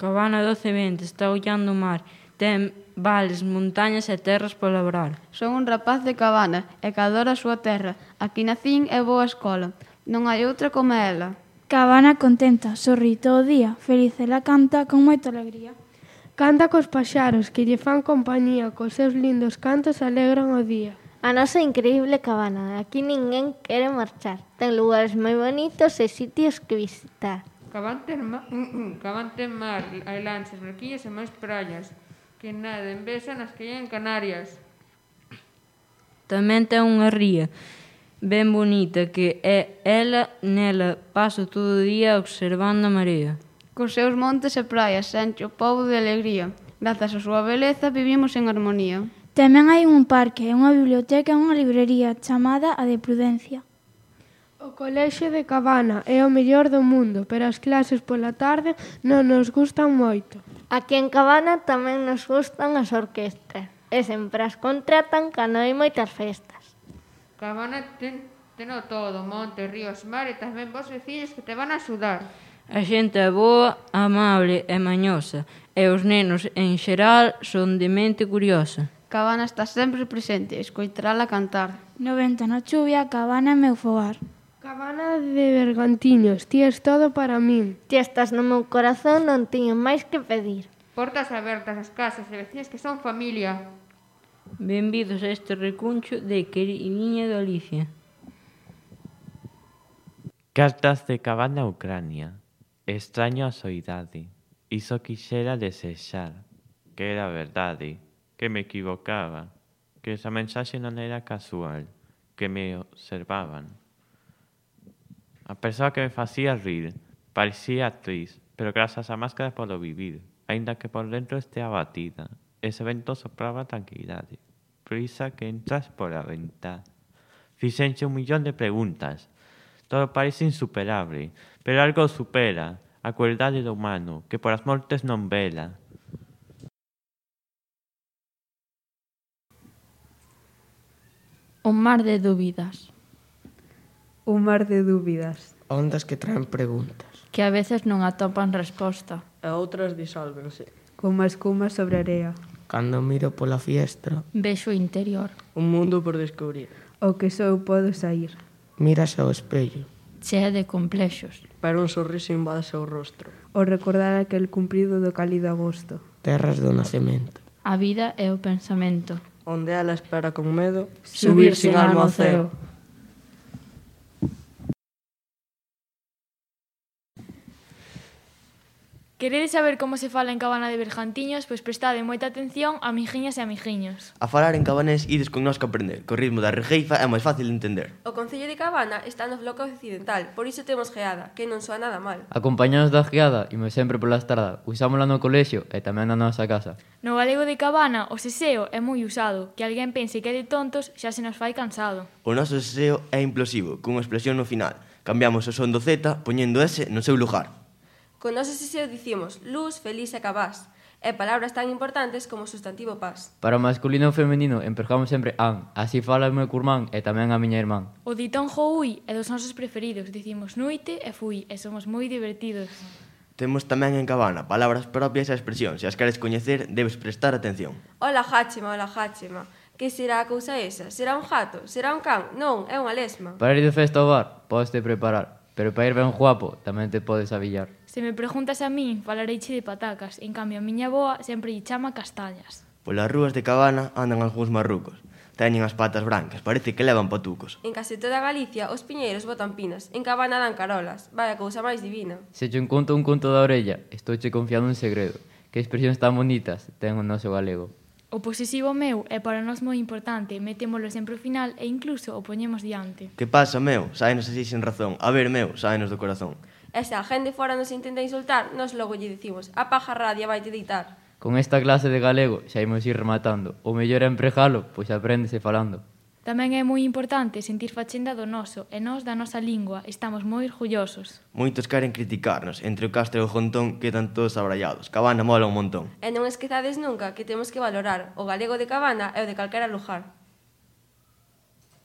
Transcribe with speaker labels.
Speaker 1: Cabana do Cebente está ollando o mar. Ten vales, montañas e terras por labrar.
Speaker 2: Son un rapaz de cabana e que adora a súa terra. Aquí nacín e vou á escola. Non hai outra como ela.
Speaker 3: Cabana contenta, sorri todo o día, feliz ela canta con moita alegría.
Speaker 4: Canta cos paxaros que lle fan compañía, cos seus lindos cantos alegran o día.
Speaker 5: A nosa increíble cabana, eh. aquí ninguén quere marchar. Ten lugares moi bonitos e sitios que visitar.
Speaker 6: Cavante mar, cavante mm, mar, hai lanchas, barquillos e máis praias, que nada en besa nas que hai en Canarias.
Speaker 1: Tamén ten unha ría ben bonita que é ela nela paso todo o día observando a marea.
Speaker 2: Cos seus montes e praias enche o povo de alegría. Grazas á súa beleza vivimos en armonía.
Speaker 3: Tamén hai un parque, unha biblioteca e unha librería chamada a de Prudencia.
Speaker 4: O colexio de Cabana é o mellor do mundo, pero as clases pola tarde non nos gustan moito.
Speaker 5: Aquí en Cabana tamén nos gustan as orquestas e sempre as contratan cando hai moitas festas.
Speaker 6: Cabana ten, teno todo, monte, ríos, mar e tamén vos veciños que te van a axudar.
Speaker 1: A xente é boa, amable e mañosa, e os nenos en xeral son de mente curiosa.
Speaker 2: Cabana está sempre presente, escoitarala cantar.
Speaker 3: No vento na chuvia, cabana é meu fogar.
Speaker 4: Cabana de Bergantiños, ti es todo para min.
Speaker 5: Ti estás no meu corazón, non tiño máis que pedir.
Speaker 6: Portas abertas as casas e veciños que son familia.
Speaker 1: Benvidos a este recuncho de Queridiña de Alicia.
Speaker 7: Cartas de cabana a Ucrania. Extraño a soidade. Iso quixera desexar. Que era verdade. Que me equivocaba. Que esa mensaxe non era casual. Que me observaban. A persoa que me facía rir. Parecía actriz, pero grazas á máscara polo vivir. Aínda que por dentro estea abatida. Ese vento sopraba tranquilidade. Prisa que entras pola ventá. Fixenche un millón de preguntas. Todo parece insuperable, pero algo supera a crueldade do humano, que por as mortes non vela.
Speaker 1: O mar de dúbidas.
Speaker 8: Un mar de dúbidas
Speaker 9: Ondas que traen preguntas.
Speaker 10: que a veces non atopan resposta.
Speaker 9: E outras disólvense.
Speaker 8: Como a escuma sobre a area
Speaker 9: Cando miro pola fiestra,
Speaker 10: Vexo o interior,
Speaker 9: un mundo por descubrir.
Speaker 8: O que só eu podo sair
Speaker 9: Miras ao espello,
Speaker 10: chea de complexos.
Speaker 9: pero un sorriso invade seu rostro.
Speaker 8: O recordar aquel cumprido do cálido agosto
Speaker 9: Terras do nacemento.
Speaker 10: A vida é o pensamento.
Speaker 9: Onde ela espera con medo,
Speaker 10: Subir sin alma ao ceo.
Speaker 11: Queredes saber como se fala en Cabana de Bergantiños, pois prestade moita atención, amigiñas e amigiños.
Speaker 12: A falar en cabanés ides con nós que aprender, que o ritmo da rejeifa é máis fácil de entender.
Speaker 13: O Concello de Cabana está no bloque occidental, por iso temos geada, que non soa nada mal.
Speaker 12: Acompañanos da geada, imos sempre pola estrada, usámola no colexio e tamén na nosa casa.
Speaker 11: No galego de Cabana, o seseo é moi usado, que alguén pense que é de tontos xa se nos fai cansado.
Speaker 12: O noso seseo é implosivo, cunha explosión no final. Cambiamos o son do Z poñendo S no seu lugar.
Speaker 13: Con noso siseo dicimos luz, feliz e cabás, e palabras tan importantes como o sustantivo paz.
Speaker 12: Para o masculino e femenino empregamos sempre an, así fala o meu curmán e tamén a miña irmán.
Speaker 11: O ditón joui é dos nosos preferidos, dicimos nuite e fui, e somos moi divertidos.
Speaker 12: Temos tamén en cabana palabras propias e expresións, se as queres coñecer debes prestar atención.
Speaker 13: Ola jáchema, ola jáchema, que será a cousa esa? Será un jato? Será un can? Non, é unha lesma.
Speaker 12: Para ir de festa ao bar, podes te preparar, pero para ir ben guapo tamén te podes avillar.
Speaker 11: Se me preguntas a min, falareiche de patacas, en cambio a miña boa sempre lle chama castañas.
Speaker 12: Polas rúas de cabana andan algúns marrucos, teñen as patas brancas, parece que levan patucos.
Speaker 13: En case toda Galicia os piñeiros botan pinas, en Cabana dan carolas, vai a cousa máis divina.
Speaker 12: Se che encontro un conto da orella, estou che confiando un segredo. Que expresións tan bonitas ten o noso galego.
Speaker 11: O posesivo meu é para nós moi importante, metémolo sempre ao final e incluso o poñemos diante.
Speaker 12: Que pasa, meu? Saenos así sin razón. A ver, meu, saenos do corazón.
Speaker 13: E se a gente fora nos intenta insultar, nos logo lle dicimos a paja radia vai te deitar.
Speaker 12: Con esta clase de galego xa imos ir rematando. O mellor é empregalo, pois apréndese falando.
Speaker 11: Tamén é moi importante sentir fachenda do noso e nós da nosa lingua estamos moi orgullosos.
Speaker 12: Moitos queren criticarnos, entre o Castro e o Jontón quedan todos abrallados. Cabana mola un montón.
Speaker 13: E non esquezades nunca que temos que valorar o galego de Cabana e o de calquera lugar.